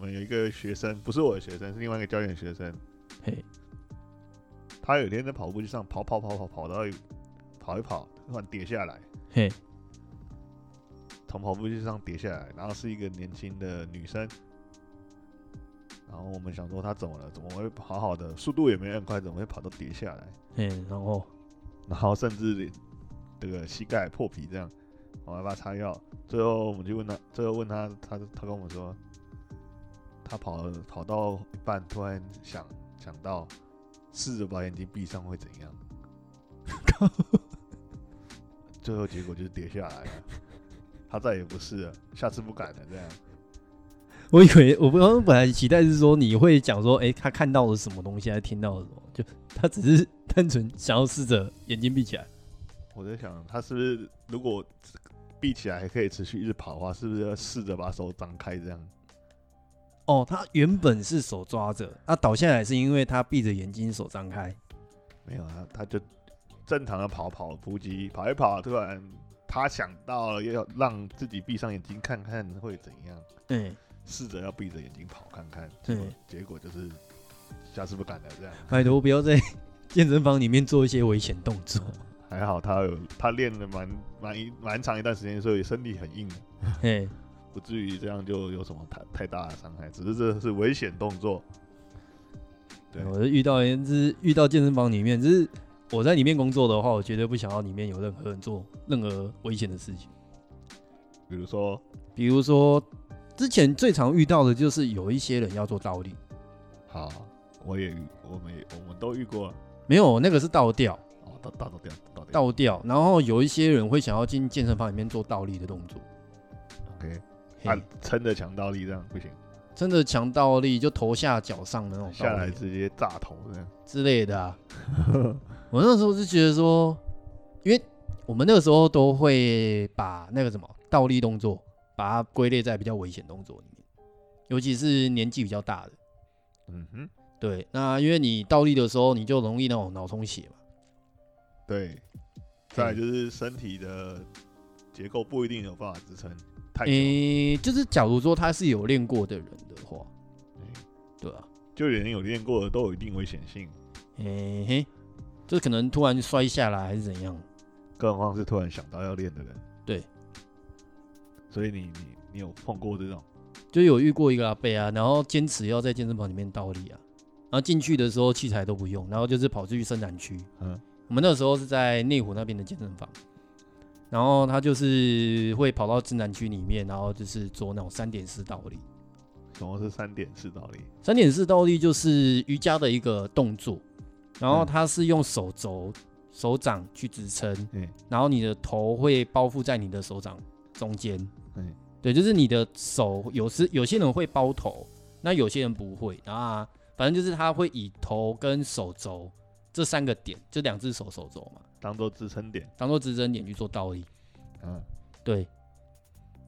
有一个学生，不是我的学生，是另外一个教练的学生，嘿，他有一天在跑步机上跑跑跑跑跑到一跑一跑，突然跌下来，嘿，从跑步机上跌下来，然后是一个年轻的女生。然后我们想说她怎么了？怎么会好好的，速度也没很快，怎么会跑到跌下来？嘿，然后然后甚至这个膝盖破皮这样，我还帮他擦药。最后我们就问他，最后问他，他他跟我们说，他跑跑到一半，突然想想到，试着把眼睛闭上会怎样？ 最后结果就是跌下来了，他再也不试了，下次不敢了这样。 我以为我刚刚本来期待是说你会讲说，哎、他看到了什么东西，还听到了什么，就他只是 单纯想要试着眼睛闭起来。我在想，他是不是如果闭起来还可以持续一直跑的话，是不是要试着把手张开这样？哦，他原本是手抓着，他、倒下来是因为他闭着眼睛，手张开。没有啊，他就正常的跑跑步机跑一跑，突然他想到了要让自己闭上眼睛看看会怎样，嗯，试着要闭着眼睛跑看看，对结果结果就是下次不敢了这样。拜托不要在 健身房里面做一些危险动作。还好他有他练了蛮蛮一蛮长一段时间，所以身体很硬， 嘿，不至于这样就有什么太太大的伤害，只是这是危险动作。对我是遇到人，就是遇到健身房里面，就是我在里面工作的话，我绝对不想要里面有任何人做任何危险的事情。比如说，比如说，之前最常遇到的就是有一些人要做倒立，好，我也遇我们也我们都遇过没有那个是倒吊，哦，倒倒倒掉倒掉倒吊。然后有一些人会想要进健身房里面做倒立的动作， ，OK，嘿啊，撑着强倒立这样不行。真的强倒立就头下脚上的那种下倒来立直接炸头这样。之类的、啊。我那时候是觉得说，因为我们那个时候都会把那个什么倒立动作，把它归类在比较危险动作里面，尤其是年纪比较大的。嗯哼，对，那因为你倒立的时候，你就容易那种脑充血嘛。对。再来就是身体的结构不一定有办法支撑太久，诶、就是假如说他是有练过的人的话，哎对啊，就连有练过的都有一定危险性，诶、嘿，就是可能突然摔下来还是怎样，更何况是突然想到要练的人。对。所以你你你有碰过这种？就有遇过一个阿贝啊，然后坚持要在健身房里面倒立啊，然后进去的时候器材都不用，然后就是跑出去伸展区。嗯，我们那时候是在内湖那边的健身房，然后他就是会跑到伸展区里面，然后就是做那种三点式倒立。什么是三点式倒立？三点式倒立就是瑜伽的一个动作，然后嗯它是用手肘、手掌去支撑，嗯然后你的头会包覆在你的手掌中间，嗯对，就是你的手有时有些人会包头，那有些人不会，啊，反正就是他会以头跟手肘这三个点，就两只手手肘嘛，当做支撑点。当做支撑点去做倒立。嗯。对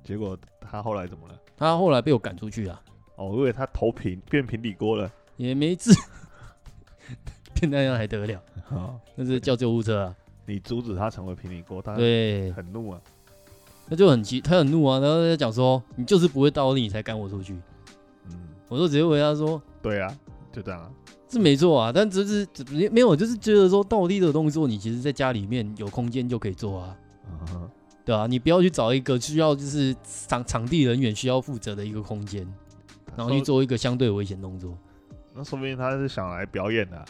结果他后来怎么了？他后来被我赶出去啊，哦，我以为他头平变平底锅了。也没治， 变那样还得了？ 哦、那是叫救护车啊。你阻止他成为平底锅，他对，很怒啊。他就很急，他很怒啊，然后他就讲说你就是不会倒立，你才赶我出去。嗯，我就直接回答说对啊，就这样啊。是没错啊，但只是只没没有，就是觉得说倒立的动作，你其实在家里面有空间就可以做啊，嗯哼，对啊，你不要去找一个需要就是场场地人员需要负责的一个空间，然后去做一个相对危险动作。那说不定他是想来表演的、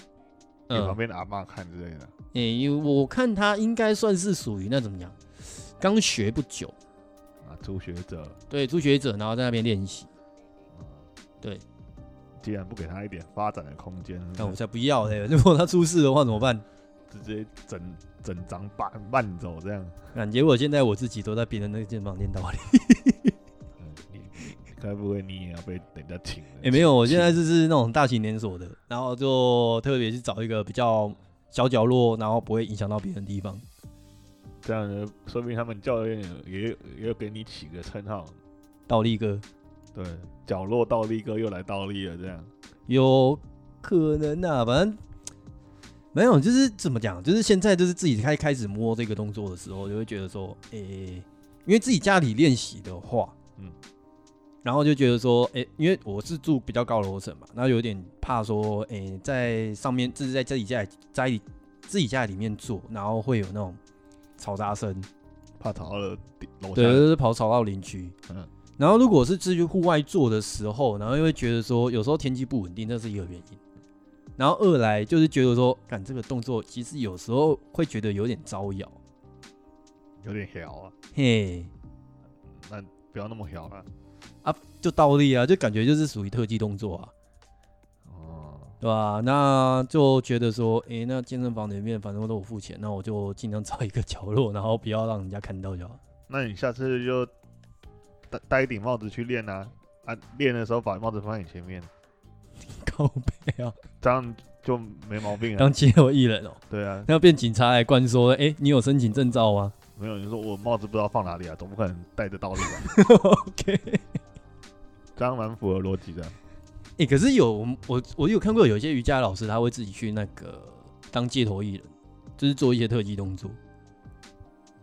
给嗯旁，边的阿嬷看之类的。诶、因为我看他应该算是属于那怎么讲，刚学不久，啊，初学者，对，初学者，然后在那边练习。嗯对，既然不给他一点发展的空间，但我才不要嘞！如果他出事的话怎么办？直接整整张半慢走这样。感觉我现在我自己都在别人那个健身房练倒立。嗯，你该不会你也要被人家请了？也、没有，我请现在就是那种大型连锁的，然后就特别去找一个比较小角落，然后不会影响到别人的地方。这样呢，说明他们教练也也也有给你起个称号。倒立哥对，角落倒立哥又来倒立了，这样有可能啊，反正没有，就是怎么讲，就是现在就是自己开开始摸这个动作的时候，就会觉得说，诶、因为自己家里练习的话，嗯嗯，然后就觉得说，哎、因为我是住比较高楼层嘛，然后有点怕说，哎、在上面就是在自己家里在自己家里面做，然后会有那种嘈杂声，怕吵到了楼下对，就是跑吵到邻居。嗯然后如果是至于户外做的时候，然后又会觉得说，有时候天气不稳定，这是一个原因。然后二来就是觉得说，干这个动作其实有时候会觉得有点招摇，有点小啊，嘿，那不要那么小了。就倒立啊，就感觉就是属于特技动作啊，哦，对吧、那就觉得说，诶，那健身房里面反正都我付钱，那我就尽量找一个角落，然后不要让人家看到就好。那你下次就戴戴一顶帽子去练啊啊！练的时候把帽子放在你前面，靠背啊，这样就没毛病啊。当街头艺人哦、对啊，那要变警察来灌说，诶，你有申请证照吗 没有你说我帽子不知道放哪里啊，总不可能戴着到处吧？ ？OK，这样蛮符合逻辑的。啊诶，欸可是有我我有看过有一些瑜伽老师他会自己去那个当街头艺人，就是做一些特技动作。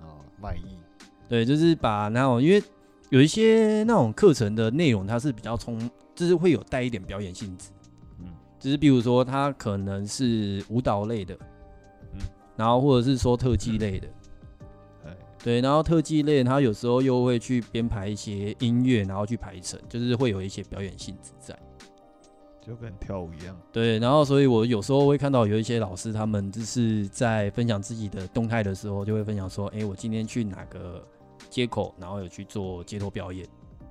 哦，卖艺对，就是把那种因为有一些那种课程的内容，它是比较充，就是会有带一点表演性质。嗯嗯，就是比如说它可能是舞蹈类的，嗯，嗯然后或者是说特技类的，哎对，然后特技类它有时候又会去编排一些音乐，然后去排成，就是会有一些表演性质在。就跟跳舞一样。对，然后所以我有时候会看到有一些老师，他们就是在分享自己的动态的时候，就会分享说，哎，我今天去哪个街口，然后有去做街头表演。嗯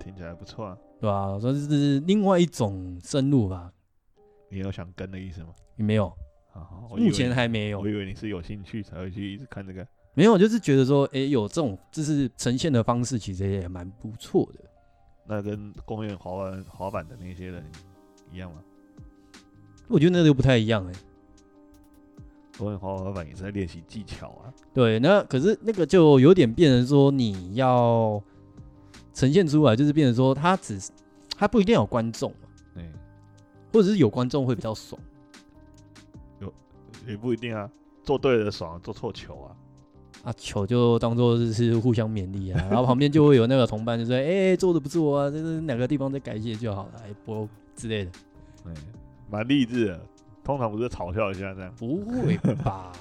听起来不错啊。对吧、所以这是另外一种生路吧？你有想跟的意思吗？也没有，啊，我以为哦目前还没有我，以为你是有兴趣才会去一直看这个。没有，就是觉得说，诶，有这种就是呈现的方式，其实也蛮不错的。那跟公园滑板滑板的那些人一样吗？我觉得那个又不太一样诶。公园滑滑板也是在练习技巧啊。对，那可是那个就有点变成说，你要呈现出来，就是变成说，他只是他不一定有观众嘛，嗯，或者是有观众会比较爽。也不一定啊。做对了爽，做错球啊。啊，球就当做是互相勉励啊，然后旁边就会有那个同伴就说， 诶，做的不错啊，这是哪个地方再改写就好了，哎，不之类的。嗯，蛮励志的。通常不是嘲笑一下这样，不会吧？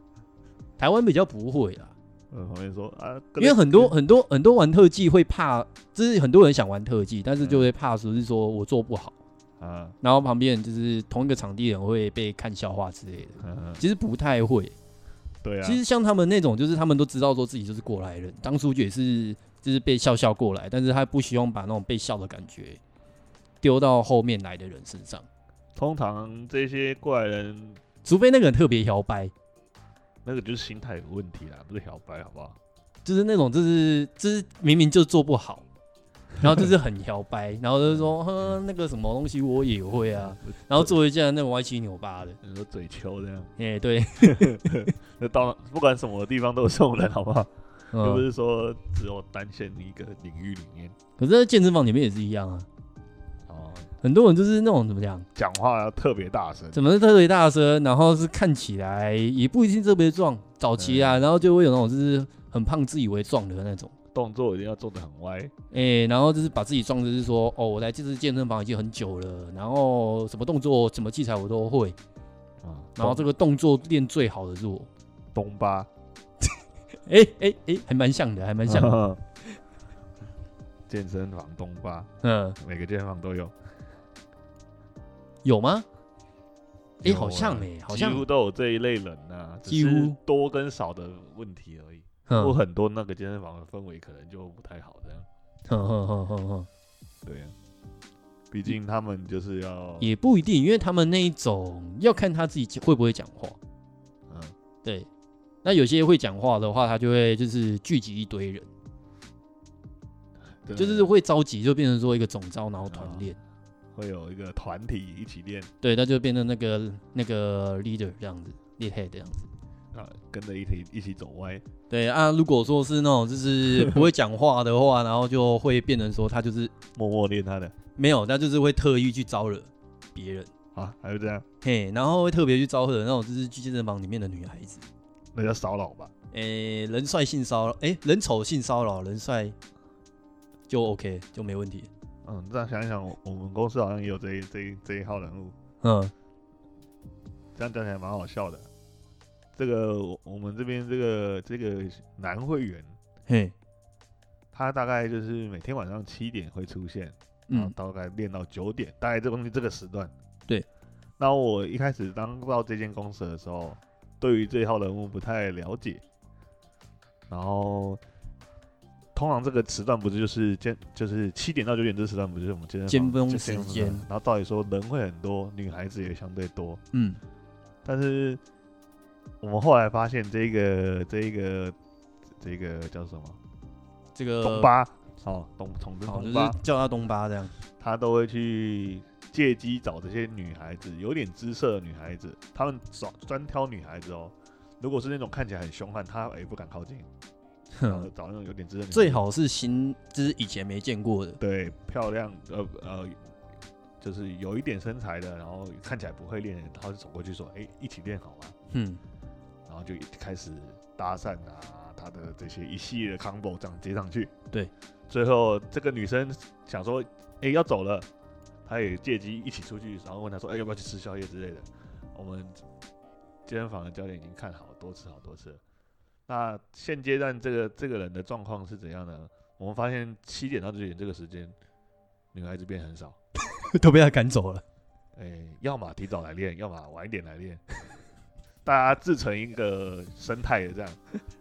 台湾比较不会啦，呃，旁边说啊，因为很多很多很多玩特技会怕，就是很多人想玩特技，但是就会怕说是说我做不好，啊，然后旁边人就是同一个场地人会被看笑话之类的。嗯，其实不太会，对啊，其实像他们那种，就是他们都知道说自己就是过来人，当初也是就是被笑笑过来，但是他不希望把那种被笑的感觉丢到后面来的人身上，通常这些过来人，除非那个人特别摇摆，那个就是心态有问题啦，不是小白，好不好？就是那种就是就是明明就做不好，然后就是很摇摆， 然后就是说嗯呵那个什么东西我也会啊，然后做一件那种歪七扭八的，你说嘴球这样，哎、对，那到不管什么地方都有这种人，好不好？又不 嗯，是说只有单线一个领域里面可是在健身房里面也是一样啊，哦，很多人就是那种怎么讲，讲话要特别大声，怎么是特别大声，然后是看起来也不一定特别壮，早期嗯啊，然后就会有那种就是很胖自以为壮的那种。动作一定要做的很歪，哎、然后就是把自己装的，就是说，哦，我来这次健身房已经很久了，然后什么动作、什么器材我都会，啊，然后这个个动作练最好的是我，东巴哎哎哎，还蛮像的，还蛮 像的。健身房东巴，嗯，每个健身房都有，有吗？哎、有好像啊哎、好几乎像，都有这一类人呐，只几乎是多跟少的问题而已。有嗯很多那个健身房的氛围可能就不太好，这样哼哼哼哼哼，对啊，毕竟他们就是要也不一定，因为他们那一种要看他自己会不会讲话。嗯对，那有些会讲话的话，他就会就是聚集一堆人，对就是会召集，就变成说一个总招，然后团啊练。会有一个团体一起练对，那就变成那个那个 leader 这样子，lead 这样子。啊，跟着一起一起走歪。对啊，如果说是那种就是 不会讲话的话，然后就会变成说他就是默默练他的没有，那就是会特意去招惹别人，啊，还有这样，嘿，然后会特别去招惹那种就是去健身房里面的女孩子，那叫骚扰吧？诶、人帅性骚扰，诶、人丑性骚扰，人帅就 OK，就没问题。嗯，这样想一想，我我们公司好像也有这一这一这一号人物，嗯，这样讲起来蛮好笑的。这个我我们这边这个这个男会员，嘿，他大概就是每天晚上七点会出现，然后嗯，大概练到九点，大概这东西这个时段。对。那我一开始当到这间公司的时候，对于这一号人物不太了解，然后通常这个时段不是就是健就是七点到九点这时段不就是我们健身尖房峰就时健身房间然后照理说人会很多，女孩子也相对多，嗯，但是我们后来发现这个这个这个叫什么这个东巴哦，董统称呃好，东就是巴，叫他东巴这样。他都会去借机找这些女孩子，有点姿色的女孩子，他们找专挑女孩子哦。如果是那种看起来很凶悍，他也不敢靠近，然后哼找那种有点姿色的女孩子嗯最好是新，就是以前没见过的。对漂亮，呃呃，就是有一点身材的，然后看起来不会练，然后就走过去说：“哎、一起练好吗嗯，？”然后就一开始搭讪啊，他的这些一系列的 combo 这样接上去。对，最后这个女生想说：“哎、要走了。”他也借机一起出去，然后问他说：“哎、要不要去吃宵夜之类的？”我们健身房的教练已经看好多次好多次了。那现阶段这个这个人的状况是怎样呢？我们发现七点到九点这个时间，女孩子变很少。 都被他赶走了。哎、要么提早来练，要么晚一点来练， 大家自成一个生态的这 样，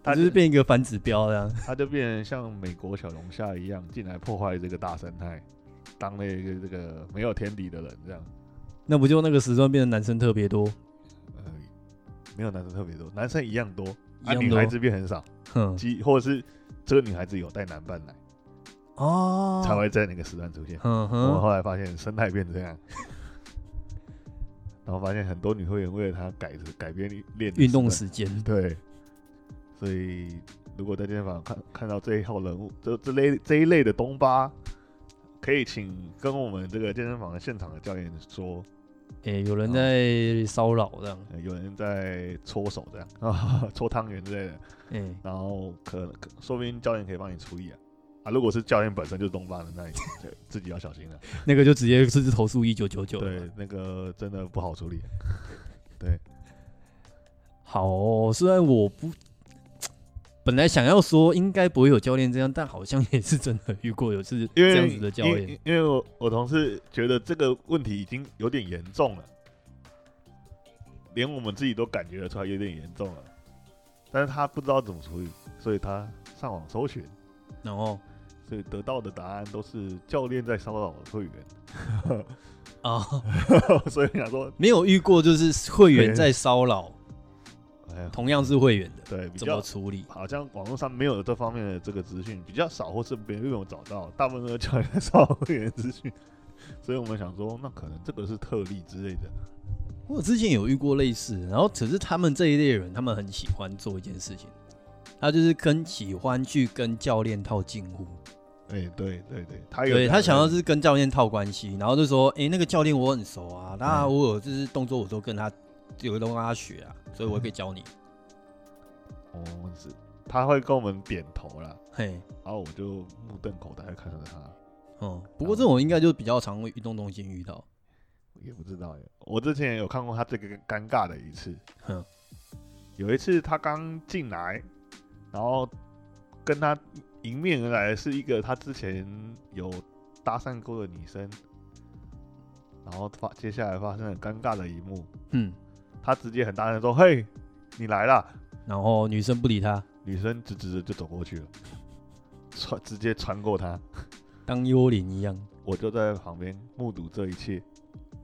他就是变一个反指标这样。他就变成像美国小龙虾一样进来破坏这个大生态，当了一个这个没有天敌的人这样。那不就那个时段变得男生特别多，呃，没有男生特别多，男生一样多，一啊，样女多孩子变很少，哼即或者是这个女孩子有带男伴来，哦，才会在那个时段出现。我嗯们哼，后来发现生态变这样， 然后发现很多女会员为了他改改变练的运动时时间，段 对，所以如果在健身房看看到这一号人物，这这类这一类的东巴，可以请跟我们这个健身房的现场的教练说，诶，哎有哦人在骚扰这样，呃有人在搓手这样 啊，搓汤圆之类的，诶，然后可可说不定教练可以帮你处理啊。啊，如果是教练本身就是东巴的，那你 就自己要小心了。那个就直接是投诉一九九九。对，那个真的不好处理。对，好哦、虽然我不本来想要说应该不会有教练这样，但好像也是真的遇过有是因为这样子的教因练。因因为我我同事觉得这个问题已经有点严重了，连我们自己都感觉得出来有点严重了，但是他不知道怎么处理，所以他上网搜寻，然后所以得到的答案都是教练在骚扰会员， 啊，所以想说，没有遇过就是会员在骚扰，哎呀，同样是会员的，对，比怎么较处理？好像网络上没有这方面的这个资讯比较少，或是没有找到，大部分都是教练少会员资讯， 所以我们想说，那可能这个是特例之类的。我之前有遇过类似，然后只是他们这一类人，他们很喜欢做一件事情，他就是跟喜欢去跟教练套近乎，哎、对对对，他有对两他个想要是跟教练套关系，然后就说，哎、那个教练我很熟啊，那嗯我有就是动作我都跟他有都跟他学啊，所以我可以教你，嗯我们是他会跟我们点头啦，嘿，然后我就目瞪口呆地看着他，嗯，不过这种应该就比较常会运动中心遇到，也不知道耶。我之前也有看过他这个尴尬的一次，哼，有一次他刚进来，然后跟他迎面而来的是一个他之前有搭讪过的女生，然后发接下来发生了尴尬的一幕，嗯，他直接很大声说：“嘿，你来啦！”然后女生不理他，女生直直的就走过去了，穿直接穿过他，当幽灵一样，我就在旁边目睹这一切，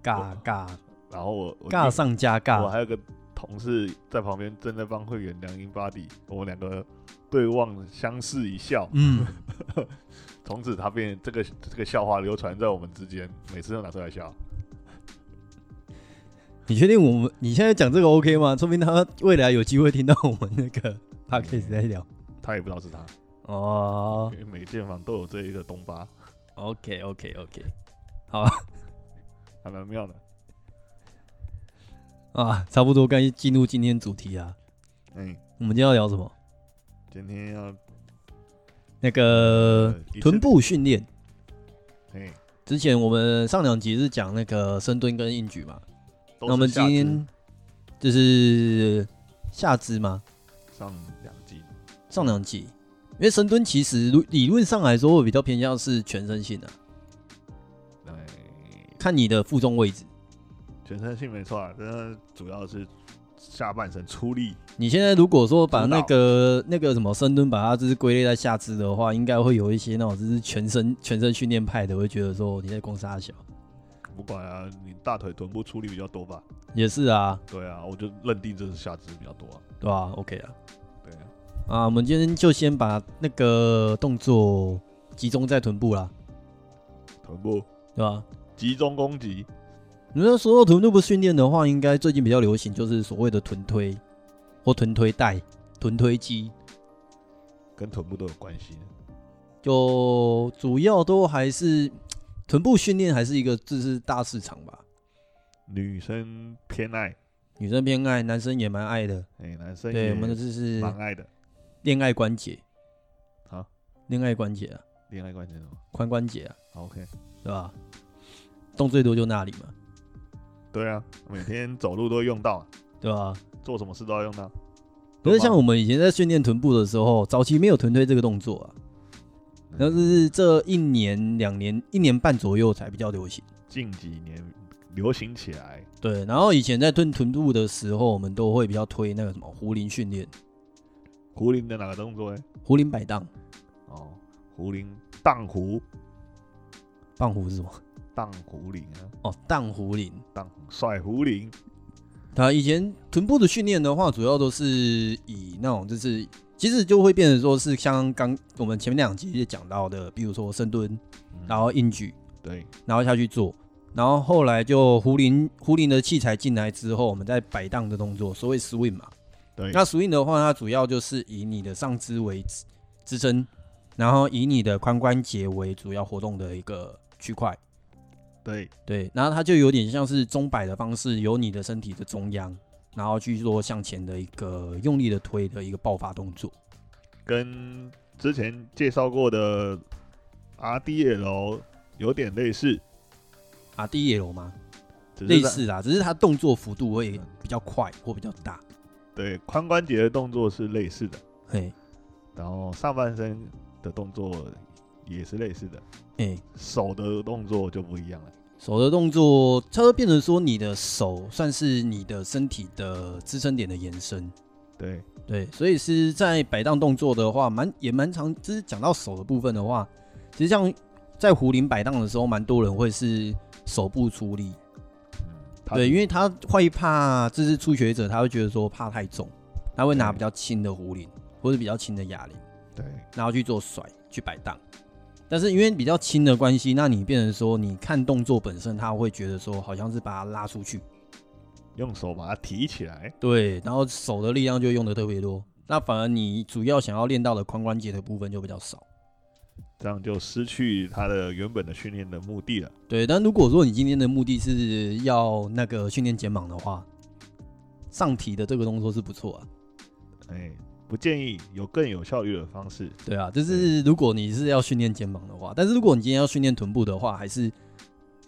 尬尬然后我我尬上加我尬，还有个同事在旁边正在帮会员量 in body，我们两个对望相视一笑，嗯，从此他变这个这个笑话流传在我们之间，每次都拿出来笑。你确定我们你现在讲这个 OK 吗？说明他未来有机会听到我们那 个 podcast 在聊。他也不知道是他，哦因为每间房都有这一个东巴， ，OK OK OK 还蛮妙的。啊，差不多该进入今天主题啊。嗯，呃我们今天要聊什么？今天要那个呃一次嗯臀部训练。哎，之前我们上两集是讲那个深蹲跟硬举嘛，都那是我们下今肢天就是下肢嘛，上两季，上两集，因为深蹲其实如理论上来说，我比较偏向是全身性的、哎，看你的负重位置。全身性没错啊，但是主要是下半身出力，你现在如果说把主那导个那个什么深蹲，把它就是归类在下肢的话，应该会有一些那种就是全身全身训练派的，会觉得说你在攻杀小，不管啊，你大腿臀部出力比较多吧？也是啊，对啊，我就认定这是下肢比较多啊，对吧、o k 啊，对啊，啊，我们今天就先把那个动作集中在臀部啦，臀部对吧、集中攻击，你要说到臀部训练的话，应该最近比较流行就是所谓的臀推或臀推带、臀推肌，跟臀部都有关系。就主要都还是臀部训练还是一个就是大市场吧。女生偏爱，女生偏爱，男生也蛮爱的。哎、男生对，也我们的就是蛮爱的，恋爱关节啊，恋爱关节啊，恋爱关键哦。髋关节啊，好 OK，对吧？动最多就那里嘛，对啊，每天走路都会用到、啊，对吧？做什么事都要用到。可是像我们以前在训练臀部的时候，早期没有臀推这个动作啊，嗯然后就是这一年、两年、一年半左右才比较流行。近几年流行起来，对，然后以前在蹲臀部的时候，我们都会比较推那个什么壶铃训练，胡林的哪个动作呢？壶铃摆荡，哦，胡林荡胡，棒壶是什么？荡胡林啊，哦，荡壶铃。荡甩胡林，啊，以前臀部的训练的话，主要都是以那种就是，其实就会变成说是像刚我们前面两集也讲到的，比如说深蹲，嗯然后硬举，对，然后下去做，然后后来就壶铃壶铃的器材进来之后，我们在摆荡的动作，所谓 swing 嘛，对那 swing 的话，它主要就是以你的上肢为支支撑，然后以你的髋关节为主要活动的一个区块。对，对，然后它就有点像是钟摆的方式，由你的身体的中央，然后去做向前的一个用力的推的一个爆发动作。跟之前介绍过的 RDL 有点类似，啊，D L 吗？只类是在似啊，只是它动作幅度会比较快或比较大。对髋关节的动作是类似的，嘿，然后上半身的动作也是类似的，哎，手的动作就不一样了。手的动作，它会变成说你的手算是你的身体的支撑点的延伸。对，对，所以是在摆荡动作的话，蛮也蛮常，就是讲到手的部分的话，其实像在壶铃摆荡的时候，蛮多人会是手部出力，嗯，它对，是因为他会怕，就是初学者他会觉得说怕太重，他会拿对比较轻的壶铃或者比较轻的哑铃，对然后去做甩去摆荡。但是因为比较轻的关系，那你变成说你看动作本身，他会觉得说好像是把它拉出去，用手把它提起来，对，然后手的力量就用的特别多，那反而你主要想要练到的髋关节的部分就比较少。这样就失去它的原本的训练的目的了。对，但如果说你今天的目的是要那个训练肩膀的话，上提的这个动作是不错啊。哎，不建议有更有效率的方式。对啊，就是如果你是要训练肩膀的话，但是如果你今天要训练臀部的话，还是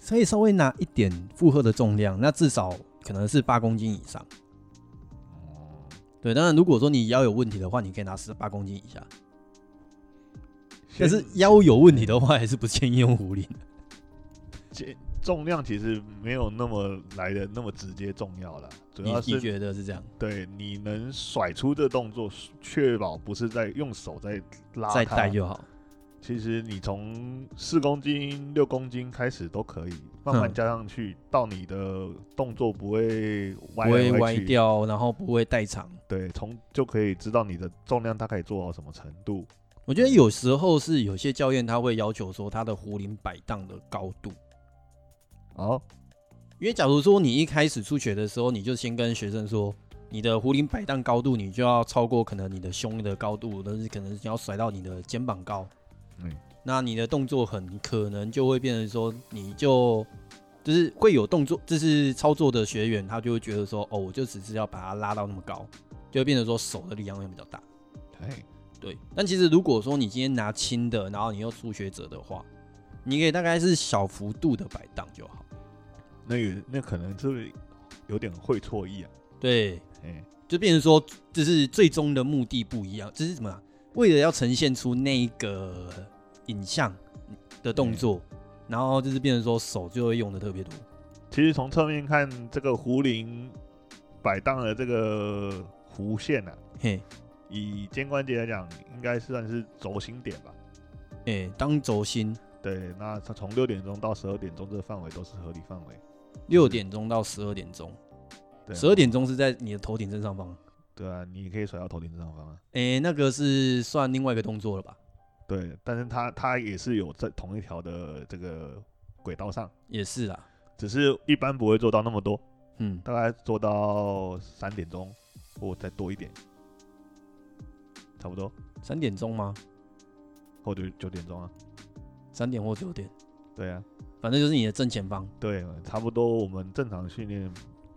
可以稍微拿一点负荷的重量，那至少可能是八公斤以上。嗯，对，当然如果说你腰有问题的话，你可以拿十八公斤以下。但是腰有问题的话，还是不建议用壶铃。先重量其实没有那么来的那么直接重要了，主你要你是觉得是这样？对你能甩出这动作，确保不是在用手在拉再它带就好。其实你从四公斤、六公斤开始都可以，慢慢嗯加上去，到你的动作不会不歪会来歪去。掉，然后不会代偿。对，从就可以知道你的重量大概做到什么程度。我觉得有时候是有些教练他会要求说他的壶铃摆荡的高度，好，因为假如说你一开始初学的时候，你就先跟学生说你的壶铃摆荡高度，你就要超过可能你的胸的高度，但是可能你要甩到你的肩膀高。嗯，那你的动作很可能就会变成说，你就就是会有动作，就是操作的学员他就会觉得说，哦，我就只是要把它拉到那么高，就会变成说手的力量会比较大。哎，对，但其实如果说你今天拿轻的，然后你又初学者的话，你可以大概是小幅度的摆荡就好。那有那可能就是有点会错意啊，对，哎、就变成说，就是最终的目的不一样，就是怎么样为了要呈现出那一个影像的动作，然后就是变成说手就会用的特别多。其实从侧面看，这个胡林摆荡的这个弧线啊，嘿，以肩关节来讲，应该算是轴心点吧。哎、当轴心对，那它从六点钟到十二点钟这个范围都是合理范围。六点钟到十二点钟，对啊、十二点钟是在你的头顶正上方。对啊，你可以甩到头顶上方啊。哎、那个是算另外一个动作了吧？对，但是它它也是有在同一条的这个轨道上，也是啦，只是一般不会做到那么多，嗯，大概做到三点钟或再多一点，差不多，三点钟吗？或者九点钟啊。三点或九点，对啊，反正就是你的正前方。对，差不多我们正常训练，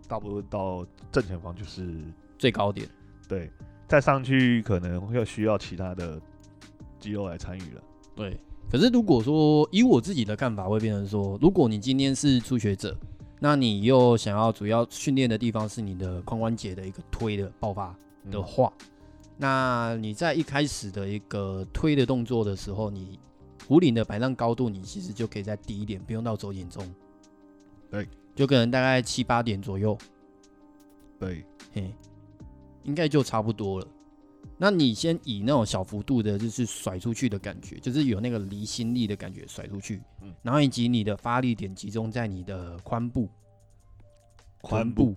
差不多到正前方就是最高点。对，再上去可能会要需要其他的肌肉来参与了。对，可是如果说以我自己的看法，会变成说，如果你今天是初学者，那你又想要主要训练的地方是你的髋关节的一个推的爆发嗯的话，那你在一开始的一个推的动作的时候，你壶铃的摆荡高度，你其实就可以再低一点，不用到九点钟。对，就可能大概七八点左右，对，嘿，应该就差不多了。那你先以那种小幅度的，就是甩出去的感觉，就是有那个离心力的感觉甩出去，嗯然后以及你的发力点集中在你的髋部、臀部、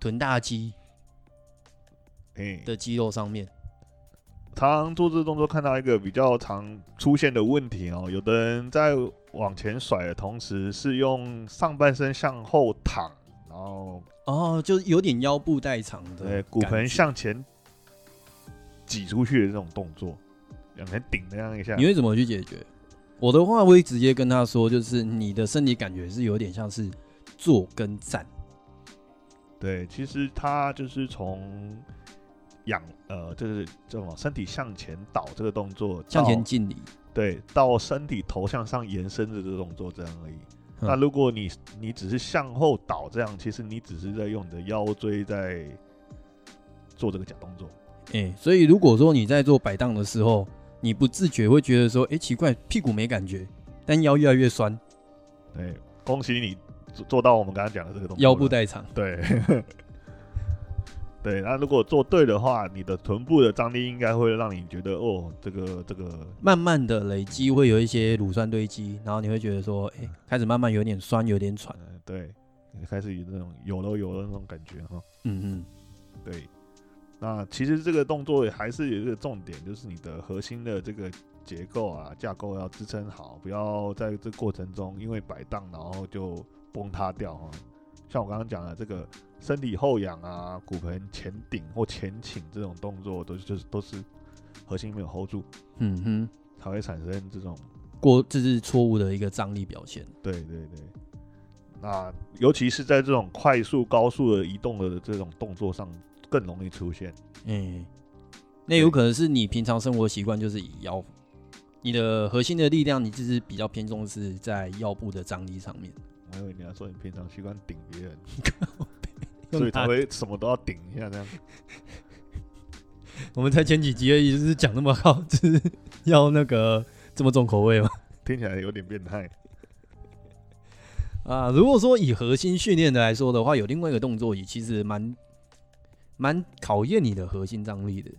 臀大肌哎，的肌肉上面。常常做这个动作看到一个比较常出现的问题哦，有的人在往前甩的同时是用上半身向后躺，然后哦，就有点腰部代偿的对骨感盆觉，向前挤出去的这种动作，两前顶这样一下你，会怎么去解决？我的话，我会直接跟他说，就是你的身体感觉是有点像是坐跟站，对，其实它就是从仰呃，就是这种身体向前倒这个动作，向前到敬礼。对，到身体头向上延伸的这个动作这样而已。嗯那如果你你只是向后倒这样，其实你只是在用你的腰椎在做这个假动作。哎、所以如果说你在做摆荡的时候，你不自觉会觉得说，哎、奇怪，屁股没感觉，但腰越来越酸，对，恭喜你做做到我们刚刚讲的这个动作了。腰部代偿。对。 对，那如果做对的话，你的臀部的张力应该会让你觉得哦，这个这个慢慢的累积会有一些乳酸堆积，然后你会觉得说，哎、开始慢慢有点酸，有点喘。嗯，对，开始有那种有了有了那种感觉哈。嗯对，那其实这个动作也还是有一个重点，就是你的核心的这个结构啊、架构要支撑好，不要在这过程中因为摆荡然后就崩塌掉哈。像我刚刚讲的这个身体后仰啊、骨盆前顶或前倾这种动作，都是就是都是核心没有 hold 住，哼，嗯哼，才会产生这种过这是错误的一个张力表现。对对对，那尤其是在这种快速、高速的移动的这种动作上，更容易出现。哎、那有可能是你平常生活习惯就是以腰，你的核心的力量，你就是比较偏重是在腰部的张力上面。我以为你要说你平常习惯顶别人，所以才用会什么都要顶一下 这样。我们在前几集而已，就是讲那么好，就是要那个这么重口味吗？听起来有点变态。啊，如果说以核心训练的来说的话，有另外一个动作也其实蛮蛮考验你的核心张力的。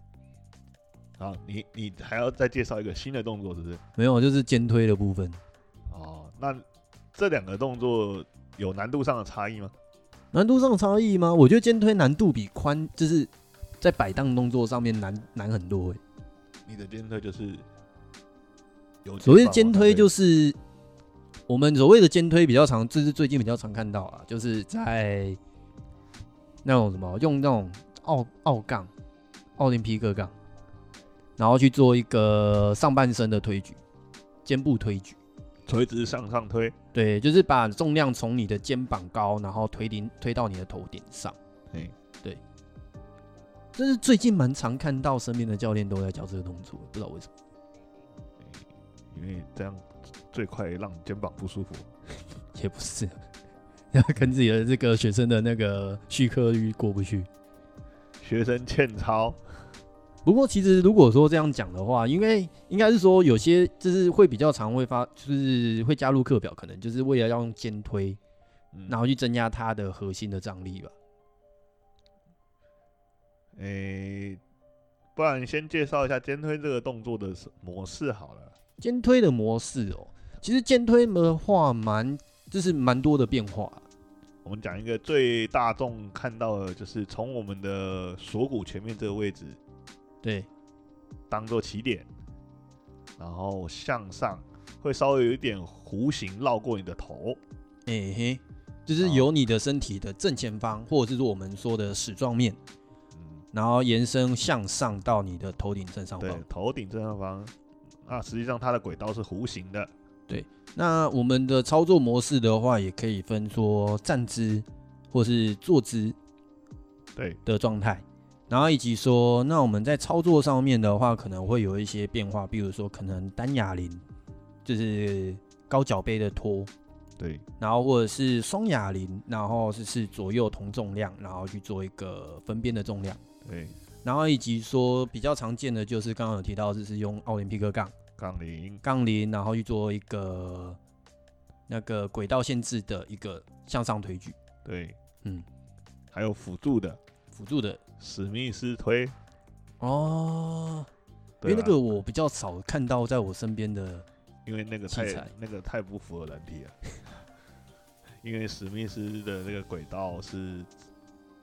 好，你你还要再介绍一个新的动作，是不是？没有，就是肩推的部分。哦，那这两个动作有难度上的差异吗？难度上的差异吗？我觉得肩推难度比宽，就是在摆荡动作上面难难很多、欸。你的肩推就是有所谓的肩推，就是是我们所谓的肩推比较常，这是最近比较常看到啊，就是在那种什么用那种奥奥杠、奥林匹克杠，然后去做一个上半身的推举，肩部推举。垂直向上推。对，就是把重量从你的肩膀高，然后推顶推到你的头顶上。哎，对。但是最近蛮常看到身边的教练都在教这个动作，不知道为什么。因为这样最快让你肩膀不舒服。也不是， 要跟自己的这个学生的那个续课率过不去。学生欠操，不过其实如果说这样讲的话，因为应该是说有些就是会比较常会发，就是会加入课表，可能就是为了要用肩推，嗯然后去增加他的核心的张力吧。诶、不然你先介绍一下肩推这个动作的模式好了。肩推的模式哦，其实肩推的话蛮就是蛮多的变化。我们讲一个最大众看到的，就是从我们的锁骨前面这个位置对，当做起点，然后向上，会稍微有一点弧形绕过你的头。诶、嘿，就是由你的身体的正前方，或者是说我们说的矢状面，嗯，然后延伸向上到你的头顶正上对方。，头顶正上方。那实际上它的轨道是弧形的，那我们的操作模式的话，也可以分说站姿或是坐姿对，的状态，然后以及说，那我们在操作上面的话，可能会有一些变化，比如说可能单哑铃，就是高脚杯的托，对，然后或者是双哑铃，然后是是左右同重量，然后去做一个分边的重量，对，然后以及说比较常见的就是刚刚有提到，就是用奥林匹克杠杠铃，杠铃，然后去做一个那个轨道限制的一个向上推举，对，嗯，还有辅助的辅助的史密斯推，哦，因对为啊那个我比较少看到在我身边的，因为那个器太材那个太不符合人体了， 因为史密斯的那个轨道是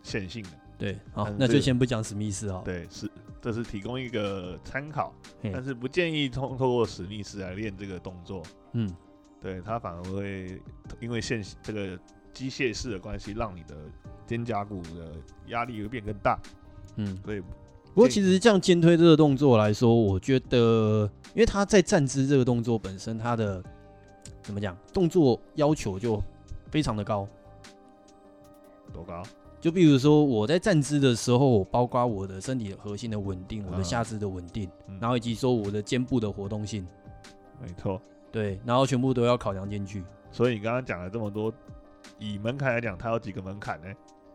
线性的，对，好嗯，啊那这就个先不讲史密斯好了，对，是这是提供一个参考，哦嘿但是不建议通透过史密斯来练这个动作，嗯，对他反而会因为线这个机械式的关系，让你的肩胛骨的压力会变更大，嗯，所以不过建其议实这样肩推这个动作来说，我觉得，因为他在站姿这个动作本身，他的怎么讲，动作要求就非常的高。多高？就比如说我在站姿的时候，我包括我的身体的核心的稳定，我的嗯下肢的稳定，嗯然后以及说我的肩部的活动性，没错，对，然后全部都要考量进去。所以你刚刚讲了这么多，以门槛来讲，它有几个门槛呢？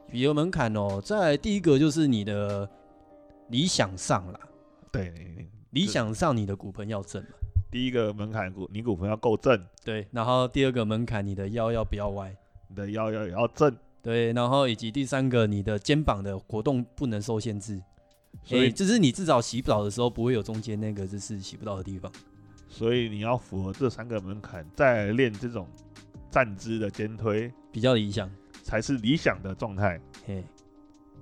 比如门槛哦，在第一个就是你的理想上啦，对，你你理想上你的骨盆要正嘛，第一个门槛股，你股份要够正，对，然后第二个门槛你的腰要不要歪。你的腰要也要正，对，然后以及第三个，你的肩膀的活动不能受限制，所所以、以、就是你至少洗澡的时候不会有中间那个就是洗不到的地方。所以你要符合这三个门槛，再来练这种站姿的肩推，比较理想。才是理想的状态。嘿，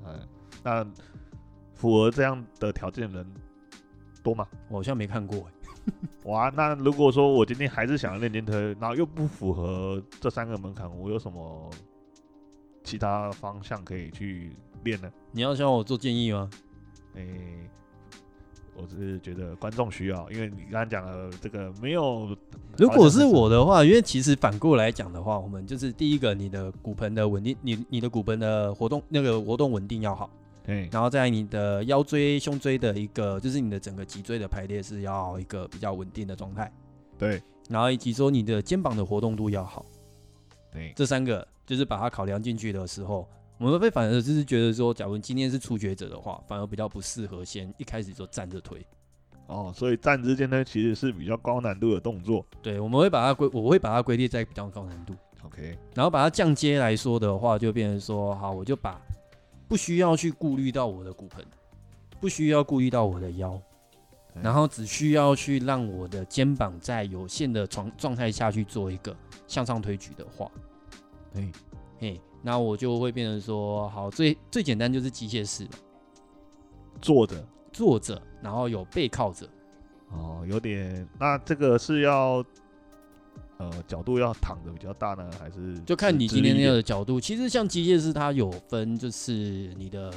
嗯，那符合这样的条件的人多吗？我好像没看过欸，哇，那如果说我今天还是想要练肩推，然后又不符合这三个门槛，我有什么其他方向可以去练呢？你要向我做建议吗？诶、我是觉得观众需要，因为你刚刚讲了这个没有如果是我的话，因为其实反过来讲的话，我们就是第一个，你的骨盆的稳定，你你的骨盆的活动那个活动稳定要好，哎，然后在你的腰椎、胸椎的一个，就是你的整个脊椎的排列是要一个比较稳定的状态，对，然后以及说你的肩膀的活动度要好。对，这三个就是把它考量进去的时候，我们会反而就是觉得说，假如今天是初学者的话，反而比较不适合先一开始就站着推。哦，所以站姿肩推其实是比较高难度的动作。对，我们会把它归，我会把它归列在比较高难度， OK，然后把它降阶来说的话，就变成说，好，我就把不需要去顾虑到我的骨盆，不需要顾虑到我的腰，嗯然后只需要去让我的肩膀在有限的状状态下去做一个向上推举的话，哎，嘿，那我就会变成说，好，最最简单就是机械式嘛，坐着坐着，然后有背靠着，哦，有点。那这个是要呃角度要躺着比较大呢，还是就看直你直今天立一那点个角度。其实像机械式，它有分，就是你的，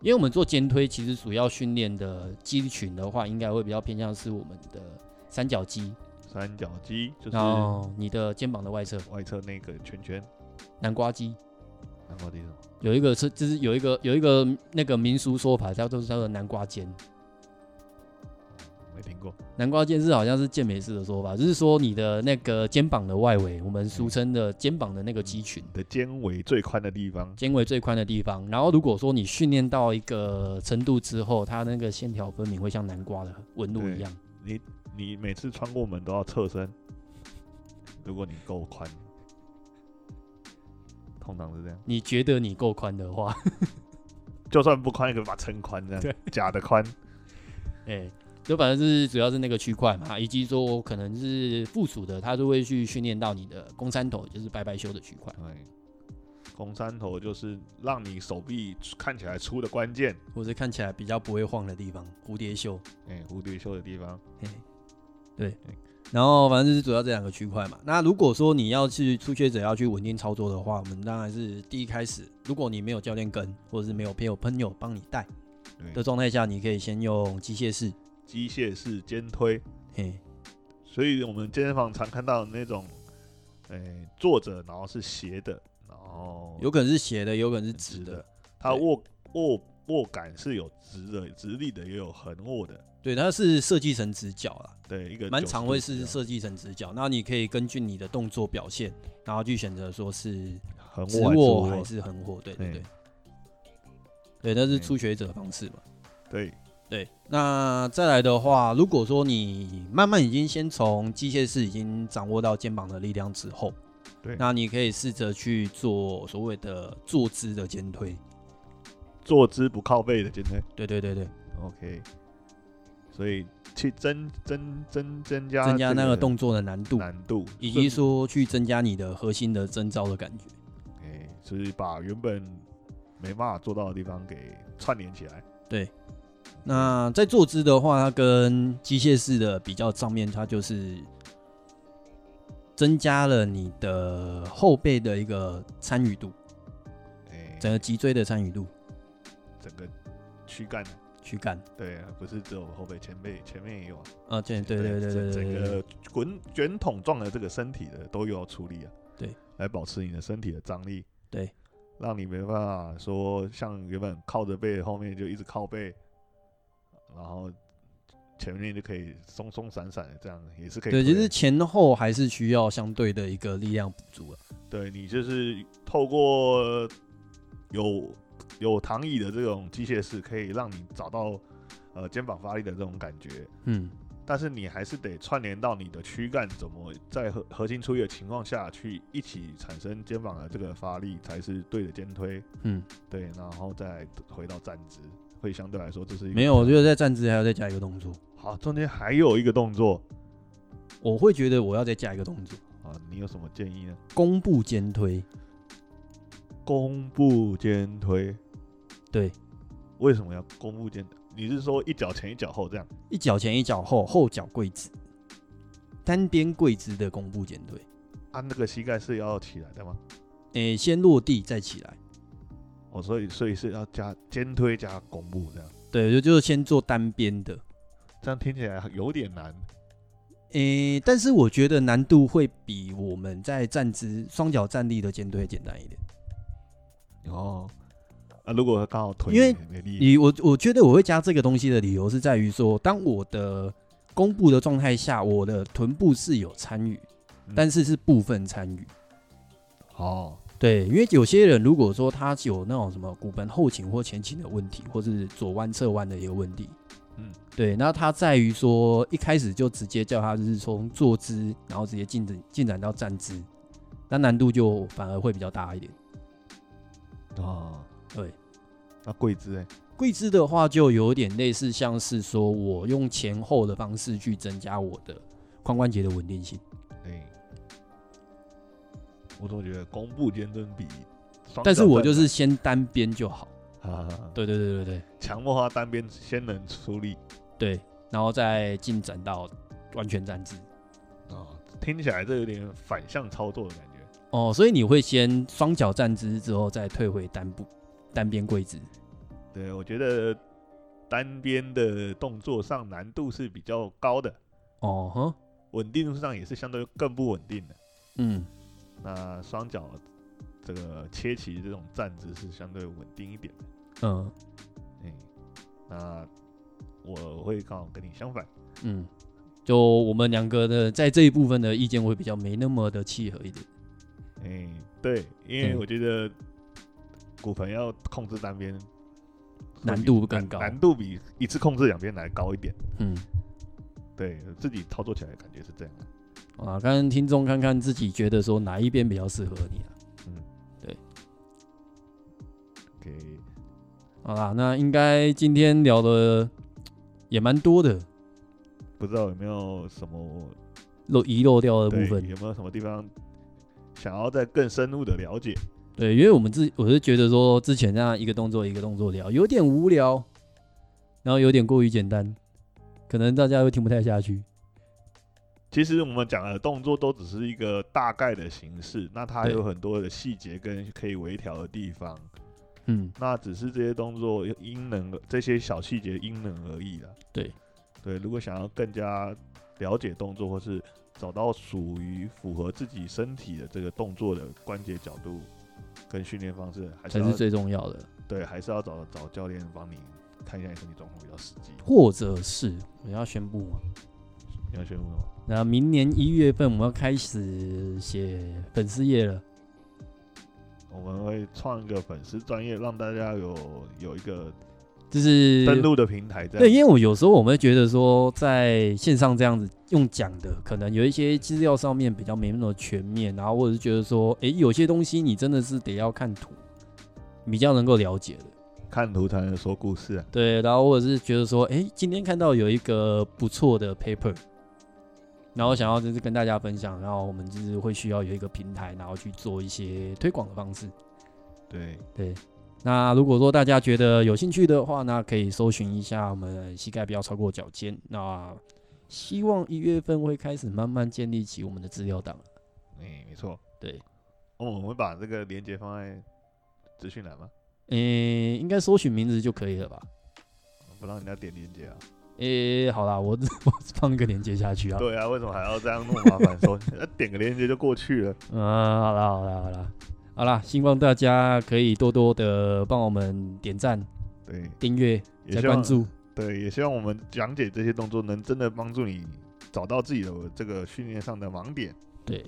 因为我们做肩推，其实主要训练的肌群的话，应该会比较偏向是我们的三角肌，三角肌，就是然后你的肩膀的外侧，外侧那个圈圈南瓜肌，南瓜地是什么？有一个是就是有一个有一个那个民俗说法叫做叫做南瓜煎，没听过。南瓜肩是好像是健美式的说法，就是说你的那个肩膀的外围，我们嗯俗称的肩膀的那个肌群，你的肩围最宽的地方，肩围最宽的地方。然后如果说你训练到一个程度之后，它那个线条分明会像南瓜的纹路一样。你每次穿过门都要侧身。如果你够宽，通常是这样。你觉得你够宽的 话，就算不宽，也可以把它撑宽，这样 对假的宽。哎、就反正是主要是那个区块嘛，以及说可能是附属的，它就会去训练到你的肱三头，就是拜拜修的区块。对，肱三哎头就是让你手臂看起来粗的关键。或者看起来比较不会晃的地方，蝴蝶袖。哎、蝴蝶袖的地方，嘿对，然后反正就是主要这两个区块嘛。那如果说你要去初学者要去稳定操作的话，我们当然是第一开始，如果你没有教练跟，或者是没有朋友朋友帮你带的对，状态下，你可以先用机械式，机械式肩推。嘿，所以我们健身房常看到那种，哎、坐着然后是斜的，然后有可能是斜的，有哦可能是直直的的，，它对握握握感是有直的、直立的，也有横握的。对，它是设计成直角啦，对，一个蛮90常会度是角设计成直角。那你可以根据你的动作表现，然后去选择说是横直握还是握握还是横握，对对对嗯，对，那是嗯初学者的方式嘛。对，对，那再来的话，如果说你慢慢已经先从机械式已经掌握到肩膀的力量之后，对那你可以试着去做所谓的坐姿的肩推。坐姿不靠背的肩推。对对对对， OK，所以去增增增增加增这加那个动作的难度，难度，以及顺，说去增加你的核心的征召的感觉。哎、就是把原本没办法做到的地方给串联起来。对，那在坐姿的话，它跟机械式的比较上面，它就是增加了你的后背的一个参与度，哎、整个脊椎的参与度整个躯干啊，去干。对啊，不是只有后背，前背前面也有啊。啊，对对对对对整对整对，个滚卷筒状的这个身体的都有处理啊，对，来保持你的身体的张力，对，让你没办法说像原本靠着背后面就一直靠背，然后前面就可以松松散散的这样，也是可以对，推其实前后还是需要相对的一个力量补足啊了。对你就是透过有有躺椅的这种机械式，可以让你找到呃肩膀发力的这种感觉，嗯，但是你还是得串联到你的躯干怎么在核核心出力的情况下去一起产生肩膀的这个发力，才是对的肩推。嗯，对，然后再回到站姿，会相对来啊说这是一个没有，我觉得在站姿还要再加一个动作。好。中间还有一个动作我会觉得我要再加一个动作，啊，你有什么建议呢？弓步肩推。弓步肩推，对，为什么要弓步肩？你是说一脚前一脚后这样？一脚前一脚后，后脚跪姿，单边跪姿的弓步肩推。啊，那个膝盖是要起来的吗？诶、先落地再起来。哦，所以所以是要加肩推加弓步这样，对，就就是先做单边的。这样听起来有点难。诶、但是我觉得难度会比我们在站姿双脚站立的肩推简单一点。哦，啊，如果刚好腿因为没力，你我我觉得我会加这个东西的理由是在于说，当我的弓步的状态下，我的臀部是有参与嗯，但是是部分参与。哦，对，因为有些人如果说他有那种什么骨盆后倾或前倾的问题，或是左弯侧弯的一个问题，嗯嗯，对，那他在于说一开始就直接叫他就是从坐姿，然后直接进展进展到站姿，那难度就反而会比较大一点。哦，对，那跪姿哎，跪姿的话，就有点类似像是说我用前后的方式去增加我的髋关节的稳定性。哎，我总觉得弓步肩蹲比双脚但是我就站是先单边就好。好，哈哈哈哦对对对对对强迫他单边先能出力对，然后再进展到完全站姿。哦，听起来这有点反向操作的感觉。哦，所以你会先双脚站姿之后再退回单步单边跪姿。对，我觉得单边的动作上难度是比较高的，哦哼，稳定度上也是相对更不稳定的。嗯，那双脚这个切棋这种站姿是相对稳定一点的。嗯嗯，那我会刚好跟你相反。嗯，就我们两个的在这一部分的意见会比较没那么的契合一点。哎，对，因为嗯我觉得骨盆要控制单边会比呃难度更难高难度比一次控制两边来高一点。嗯，对自己操作起来感觉是这样的。啊，看听众看看自己觉得说哪一边比较适合你啊。 OK，好啦，那应该今天聊的也蛮多的，不知道有没有什么漏遗漏掉的部对分。有没有什么地方想要再更深入的了解？对，因为我们自我是觉得说之前这样一个动作一个动作聊，有点无聊，然后有点过于简单，可能大家会听不太下去。其实我们讲的动作都只是一个大概的形式，那它还对有很多的细节跟可以微调的地方。嗯，那只是这些动作因人而这些小细节因人而异了。对对，如果想要更加了解动作，或是找到属于符合自己身体的这个动作的关节角度跟训练方式，还是才要是最重要的。对，还是要找找教练帮你看一下你身体状况比较实际。或者是我要宣布嘛，你要宣布吗？那明年一月份我们要开始写粉丝页了。我们会创一个粉丝专业，让大家有有一个就是登录的平台这样。对，因为我有时候我们会觉得说，在线上这样子用讲的，可能有一些资料上面比较没那么全面，然后或者是觉得说，诶、有些东西你真的是得要看图，比较能够了解的。看图才能说故事啊。对，然后或者是觉得说，诶、今天看到有一个不错的 paper，然后想要就是跟大家分享，然后我们就是会需要有一个平台，然后去做一些推广的方式。对，对，那如果说大家觉得有兴趣的话，那可以搜寻一下我们膝盖不要超过脚尖。那希望一月份会开始慢慢建立起我们的资料档。哎、没错。对，哦，我们把这个连接放在资讯栏吗？诶、应该搜寻名字就可以了吧？不让人家点连接啊？诶、好啦，我我放个链接下去啊。对啊，为什么还要这样那么麻烦？ 说呃点个连接就过去了。嗯，好啦，好啦，好啦，好啦，希望大家可以多多的帮我们点赞、对，订阅、也加希望关。注。对，也希望我们讲解这些动作能真的帮助你找到自己的这个训练上的盲点。对，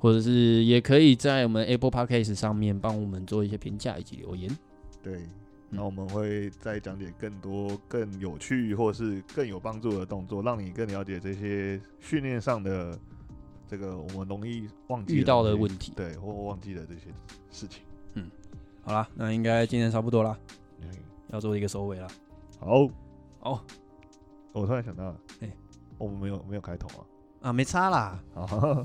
或者是也可以在我们 Apple Podcast 上面帮我们做一些评价以及留言。嗯对，那我们会再讲解更多、更有趣或是更有帮助的动作，让你更了解这些训练上的这个我们容易忘记遇到的东西问题。对或忘记的这些事情。好啦，那应该今天差不多啦，嗯要做一个收尾啦。好，哦，我突然想到了，哎我们没有没有开头啊。啊，没差啦，好 好好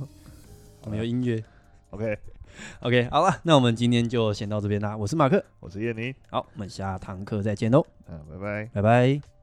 我们有音乐。 ，OK， OK，好啦，那我们今天就先到这边啦。我是马克，我是叶宁，好，我们下堂课再见喽，嗯，拜拜。拜拜。